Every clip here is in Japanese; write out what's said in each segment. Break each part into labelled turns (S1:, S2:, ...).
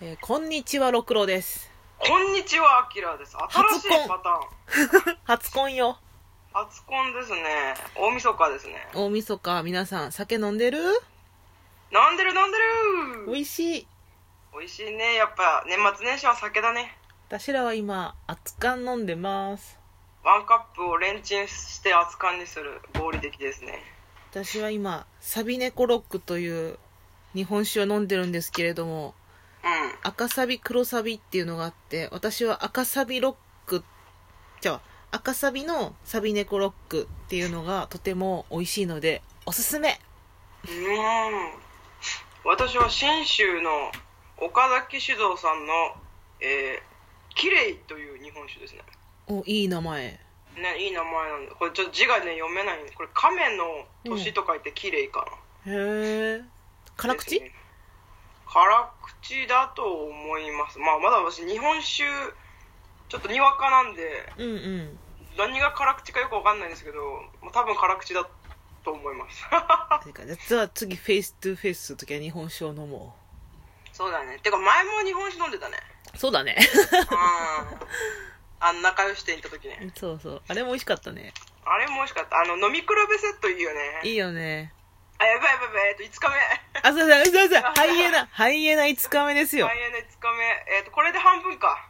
S1: えーこんにちはろくろです
S2: こんにちは、アキラです。新しいパターン。
S1: 初婚よ
S2: 初婚ですね。大晦日ですね。
S1: 大晦日皆さん酒飲んでる
S2: 飲んでる飲んで
S1: 美
S2: る
S1: 味しい
S2: 美味しいね。やっぱ年末年始は酒だね。
S1: 私らは今熱燗飲んでます
S2: ワンカップをレンチンして熱燗にする合理的ですね。
S1: 私は今サビネコロックという日本酒を飲んでるんですけれども
S2: うん。
S1: 赤サビ黒サビっていうのがあって私は赤サビロックじゃあ赤サビのサビネコロックっていうのがとても美味しいのでおすすめ
S2: うーん私は信州の岡崎酒造さんの「えー、キレイ」という日本酒ですね
S1: おいい名前
S2: ねいい名前なんでこれちょっと字がね読めないんでこれ亀の年と書いてキレイかな、
S1: へえ辛口、
S2: ですね辛口だと思いますまあまだ私日本酒ちょっとにわかなんで
S1: うんうん
S2: 何が辛口かよくわかんないんですけど、まあ、多分辛口だと思います
S1: てかじゃあ次フェイストゥフェイスする時は日本酒を飲も
S2: そうだねてか前も日本酒飲んでた ね
S1: うそうだね
S2: うんあの仲良し店行った時ね
S1: そうそうあれも美味しかったね
S2: あれも美味しかったあの飲み比べセットいいよ
S1: い
S2: ね
S1: いよね
S2: あやばいやばいやばいえっと5日目
S1: あそうそうそうそうハイエナハイエナ5日目ですよ
S2: 大変ね5日目えっとこれで半分か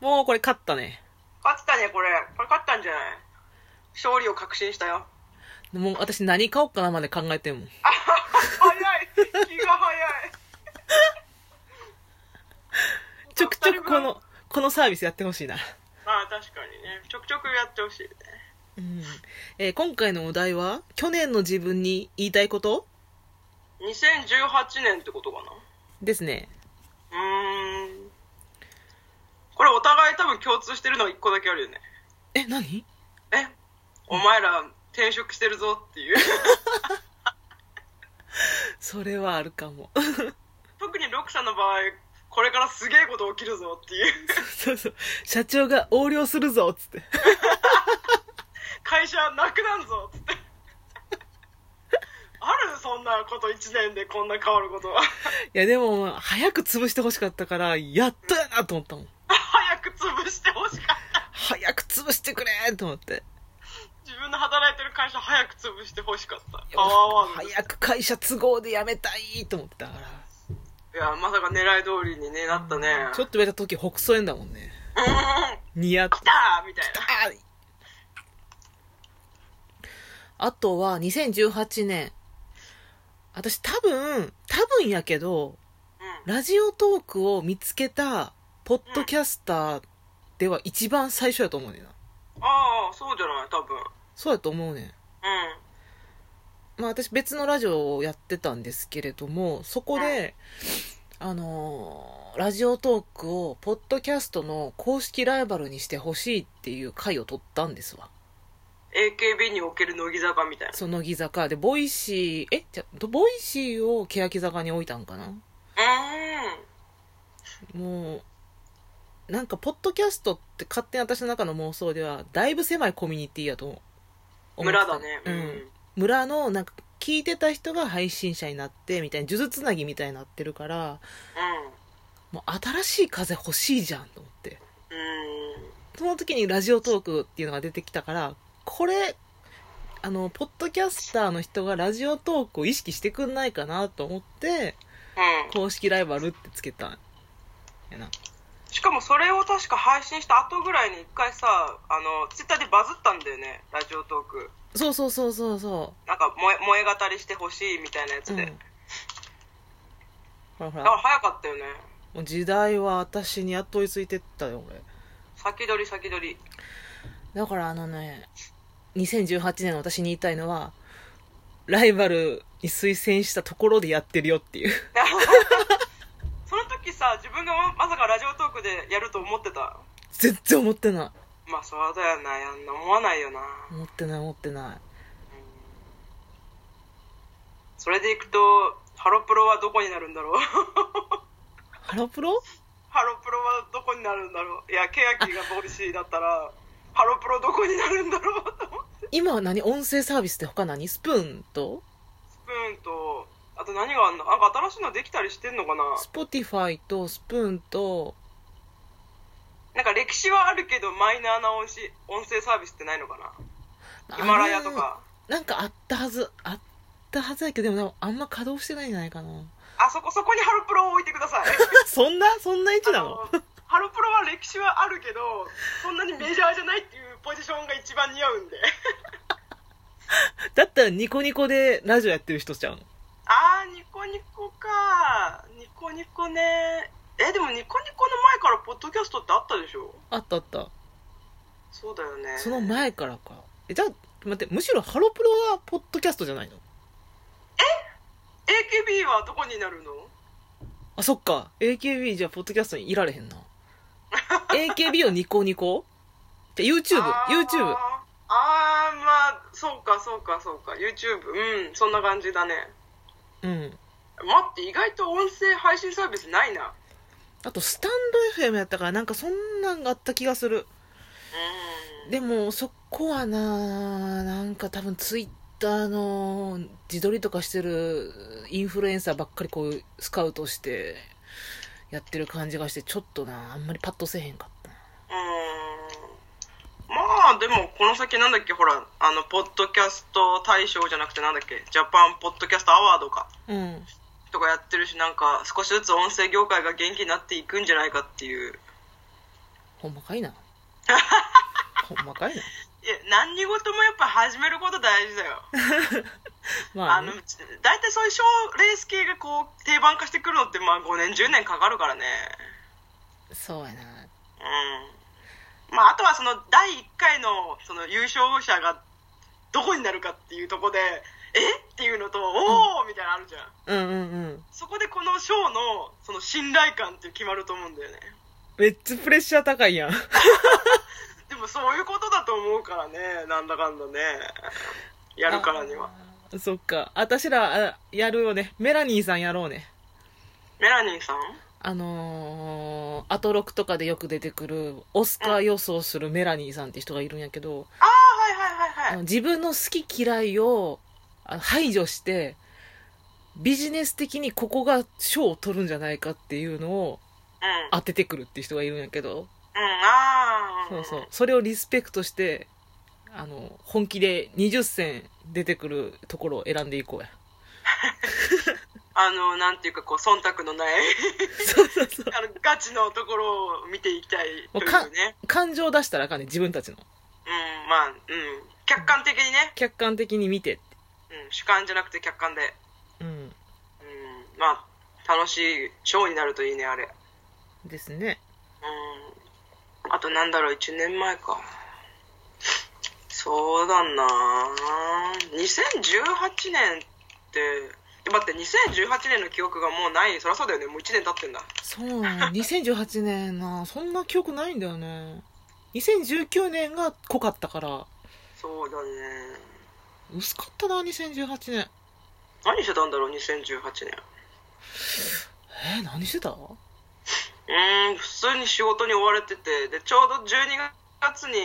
S1: もうこれ勝ったね
S2: 勝ったねこれこれ勝ったんじゃない勝利を確信したよ
S1: もう私何買おうかなまで考えてるもん
S2: 早い気が早い
S1: ちょくちょくこのこのサービスやってほしいな、
S2: まあ確かにねちょくちょくやってほしいね
S1: うんえー今回のお題は去年の自分に言いたいこと
S2: 2018年ってことかな
S1: ですね
S2: うーんこれお互い多分共通してるのが1個だけあるよね
S1: え何
S2: えお前ら転職してるぞっていう
S1: それはあるかも
S2: 特にロクさんの場合これからすげえこと起きるぞっていう
S1: そうそう社長が横領するぞっつって
S2: 会社なくなんぞっつって あるそんなこと1年でこんな変わることは
S1: いやでもまあ早く潰してほしかったからやっとやなと思ったもん
S2: 早く潰してほしかった
S1: 早く潰してくれと思って
S2: 自分の働いてる会社早く潰してほしかったパワーワードです
S1: 早く会社都合で辞めたいと思ってたから
S2: いやまさか狙い通りにねなったね
S1: ちょっとやった時北総園だもんね
S2: うーん
S1: ニヤッと
S2: 来たーみたいな
S1: ああとは2018年私多分多分やけど
S2: うん
S1: ラジオトークを見つけたポッドキャスターでは一番最初やと思うねんな
S2: ああそうじゃない多分
S1: そうやと思うねん
S2: う
S1: まあ、私別のラジオをやってたんですけれどもそこで、あのーラジオトークをポッドキャストの公式ライバルにしてほしいっていう回を取ったんですわ
S2: ん AKB における乃木坂みたいな
S1: その乃木坂でボイシーえじゃどボイシーを欅坂に置いたんかな
S2: う
S1: もうなんかポッドキャストって勝手に私の中の妄想ではだいぶ狭いコミュニティやと思
S2: ーん
S1: って
S2: 村
S1: た
S2: だねう、
S1: うんん、村のなんか聞いてた人が配信者になってみたいな数珠つなぎみたいになってるからもう新しい風欲しいじゃんと思って
S2: うん、うん
S1: その時にラジオトークっていうのが出てきたからこれあのポッドキャスターの人がラジオトークを意識してくんないかなと思って
S2: うん
S1: 公式ライバルってつけたんやな
S2: しかもそれを確か配信した後ぐらいに一回さあのツイッターでバズったんだよねラジオトーク
S1: そうそうそうそうそ
S2: なんか燃え燃え語りしてほしいみたいなや
S1: う、う
S2: つ
S1: ん
S2: で、、
S1: ほらほ
S2: だから
S1: ら
S2: 早かったよね
S1: もう時代は私に後追いついてったよ俺
S2: 先取り先取り
S1: だからあのね2018年の私に言いたいのはライバルに推薦したところでやってるよっていう
S2: その時さ自分がままさかラジオトークでやると思ってた
S1: 全然思ってない
S2: まあそうだよなやんな思わないよな、
S1: 思ってない思ってない
S2: それでいくとハロプロはどこになるんだろう
S1: ハロプロ
S2: ハロプロはどこになるんだろういやケヤキがボイシーだったらハロプロどこになるんだろう と思って
S1: 今は何音声サービスって他何スプーンと
S2: スプーンとあと何があんのなんか新しいのできたりしてんのかな
S1: スポティファイとスプーンと
S2: なんか歴史はあるけどマイナーな音し音声サービスってないのかなヒマラヤとか
S1: あのなんかあったはずあったはずだけどでもあんま稼働してないんじゃないかな
S2: あそこそこにハロプロを置いてください
S1: そんなそんな位置なの
S2: あの ハロプロは歴史はあるけどそんなにメジャーじゃないっていうポジションが一番似合うんで
S1: だったらニコニコでラジオやってる人ちゃうの
S2: あーニコニコかニコニコねえでもニコニコの前からポッドキャストってあったでしょ
S1: あったあった
S2: そうだよね
S1: その前からかえじゃあ待ってむしろハロプロはポッドキャストじゃないの
S2: AKB はどこになるの
S1: あそっか AKB じゃあポッドキャストにいられへんな AKB をニコニコじゃあ YouTubeYouTube
S2: あーあーまあそうかそうかそうか YouTube うんそんな感じだね
S1: うん
S2: 待って意外と音声配信サービスないな
S1: あとスタンド FM やったからなんかそんなんがあった気がする
S2: うん
S1: でもそこはななんか多分ツイッターの自撮りとかしてるインフルエンサーばっかりこうスカウトしてやってる感じがしてちょっとなあんまりパッとせえへんかったな
S2: うんまあでもこの先なんだっけほらあのポッドキャスト大賞じゃなくてなんだっけジャパンポッドキャストアワードか
S1: うん
S2: とかやってるしなんか少しずつ音声業界が元気になっていくんじゃないかっていう
S1: ほんまか いなほんまかいない
S2: や何事もやっぱ始めること大事だよ
S1: ま
S2: あ
S1: あ、ね
S2: の、大体そういう賞レース系がこう定番化してくるのってまあ5年10年かかるからね
S1: そうやな
S2: うんまああとはその第1回のその優勝者がどこになるかっていうとこでえっていうのとおおみたいなのあるじゃん、
S1: うんうんうん
S2: そこでこの賞のその信頼感って決まると思うんだよね
S1: めっちゃプレッシャー高いやん
S2: でもそういうことだと思うからねなんだかんだねやるからには
S1: あそっか私らあやるよねメラニーさんやろうね
S2: メラニンさん
S1: あのー、アトロクとかでよく出てくるオスカー予想するメラニーさんって人がいるんやけど、
S2: ああはいはいは
S1: あ
S2: いは
S1: の
S2: い
S1: 自分の好き嫌いをあ排除してビジネス的にここが賞を取るんじゃないかっていうのを
S2: うん
S1: 当ててくるっていう人がいるんやけど
S2: うんああ
S1: そうそうそれをリスペクトしてあの本気で20選出てくるところを選んでいこうや
S2: あのなんていうかこう忖度のない
S1: そうそうそう
S2: あのガチのところを見ていきたいと
S1: もう
S2: いう
S1: か
S2: ね
S1: 感情出したらあかんね自分たちの
S2: うんまあうん客観的にね、
S1: 客観的に見てって
S2: うん、主観じゃなくて客観で
S1: うん
S2: うんまあ楽しいショーになるといいねあれうん
S1: ですね
S2: あとなんだろう1年前かそうだな2018年ってえ待って2018年の記憶がもうないそりゃそうだよねもう1年経ってんだ
S1: そうなの2018年なそんな記憶ないんだよね2019年が濃かったから
S2: そうだね
S1: 薄かったな2018年
S2: 何してたんだろう2018年
S1: えー、何してた
S2: うーん普通に仕事に追われててでちょうど12月に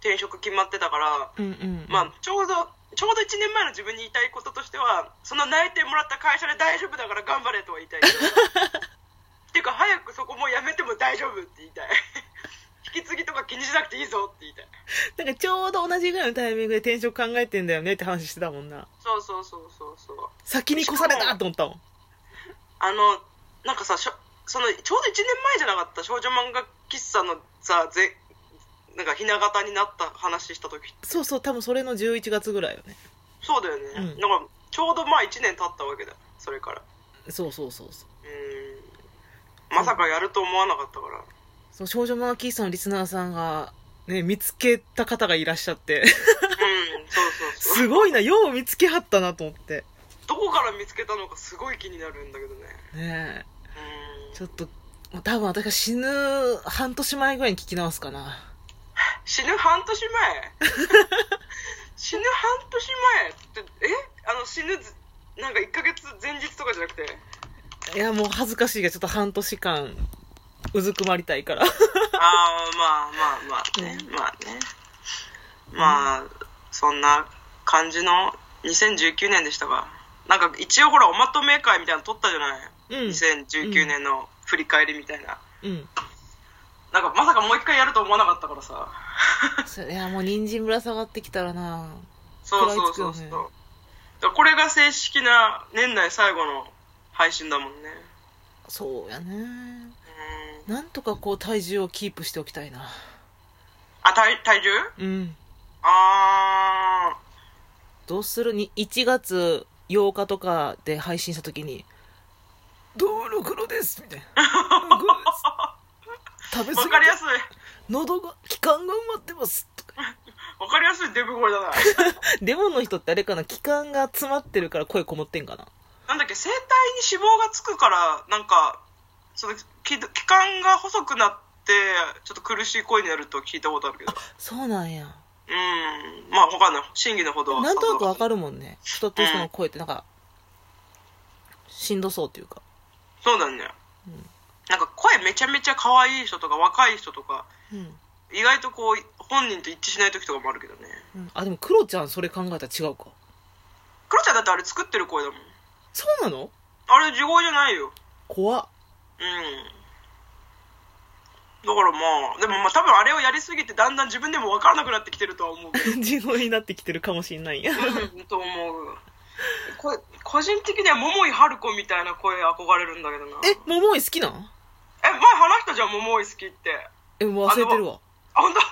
S2: 転職決まってたから、
S1: うんうん
S2: まあ、ちょうどちょうど1年前の自分に言いたいこととしてはその内定もらった会社で大丈夫だから頑張れとは言いたい けどっていうか早くそこもうやめても大丈夫って言いた い引き継ぎとか気にしなくていいぞって言いたい
S1: なんかちょうど同じぐらいのタイミングで転職考えてんだよねって話してたもんな
S2: そうそうそうそうそう
S1: 先に越されたと思ったもん
S2: あのなんかさしょそのちょうど1年前じゃなかった少女漫画喫茶のさぜなんかひな形になった話した時
S1: そうそう多分それの11月ぐらいよね
S2: そうだよね、
S1: うん
S2: だからちょうどまあ1年経ったわけだそれから
S1: そうそうそうそう
S2: うんまさかやると思わなかったから
S1: その少女マーキーさんのリスナーさんがね見つけた方がいらっしゃって
S2: うんそうそうそう
S1: すごいなよう見つけはったなと思って
S2: どこから見つけたのかすごい気になるんだけどね
S1: ねえ
S2: うん
S1: ちょっと、もう多分私が死ぬ半年前ぐらいに聞き直すかな。
S2: 死ぬ半年前 死ぬ半年前ってえあの死ぬずなんか1ヶ月前日とかじゃなくて
S1: いや、もう恥ずかしいが、ちょっと半年間、うずくまりたいから。
S2: ああまあまあまあね
S1: う
S2: まあねまあそんな感じの2019年でしたがなんか一応ほらおまとめ会みたいなの撮ったじゃない、
S1: うん
S2: 2019年の振り返りみたいな
S1: うん
S2: なんかまさかもう一回やると思わなかったからさ
S1: それはもう人参ぶら下がってきたらな
S2: そうそうそう
S1: 食
S2: そ
S1: ら
S2: う、
S1: いつくよね
S2: だからこれが正式な年内最後の配信だもんね
S1: そうやね
S2: うん
S1: なんとかこう体重をキープしておきたいな
S2: あ体体重
S1: うん
S2: あ
S1: どうするに1月8日とかで配信した時に「どうの黒です」みたい な「黒です食べ
S2: ー
S1: 過
S2: わかり
S1: ぎ
S2: や
S1: て
S2: すい
S1: 喉が気管が埋まってます」とか
S2: わかりやすいデブ声だな
S1: デモの人ってあれかな気管が詰まってるから声こもってんかな
S2: なんだっけ声帯に脂肪がつくからなんかその気気管が細くなってちょっと苦しい声になると聞いたことあるけど
S1: そうなんや
S2: うんまあわかんない真偽のほどは
S1: なんとなくわ
S2: る
S1: かるもんね人と人の声ってなんかしんどそうっていうか
S2: そうだね、
S1: ん
S2: なんか声めちゃめちゃ可愛い人とか若い人とか
S1: うん、
S2: 意外とこう本人と一致しない時とかもあるけどね
S1: うん、あでもクロちゃんそれ考えたら違うか
S2: クロちゃんだってあれ作ってる声だもん
S1: そうなの
S2: あれ地声じゃないよ
S1: 怖っ
S2: うんだからまあでもまあ多分あれをやりすぎてだんだん自分でも分からなくなってきてるとは思うけど
S1: 地声になってきてるかもしんないんや
S2: うん と思うこ個人的には桃井春子みたいな声憧れるんだけどな
S1: え桃井好きなん
S2: え前話したじゃん桃井好きって
S1: えもう忘れてるわ
S2: あ本当 わ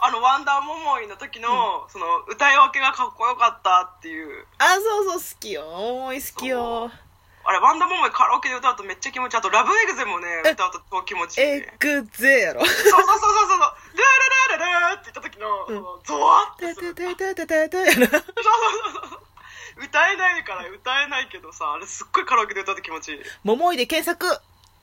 S2: あのワンダー桃井の時の,、その歌い分けがかっこよかったっていう
S1: あそうそう好きよ桃井好きよ
S2: あれワンダー桃井カラオケで歌うとめっちゃ気持ちいいあとラブエグゼもね
S1: え
S2: 歌うと超気持ちいい
S1: エグゼやろ
S2: そうそうそうそうそうルールルルルーって言った時の,、そのゾワって
S1: タ
S2: する
S1: タタタタタタやな
S2: 歌えないから歌えないけどさあれすっごいカラオケで歌うと気持ちいい
S1: 桃井で検索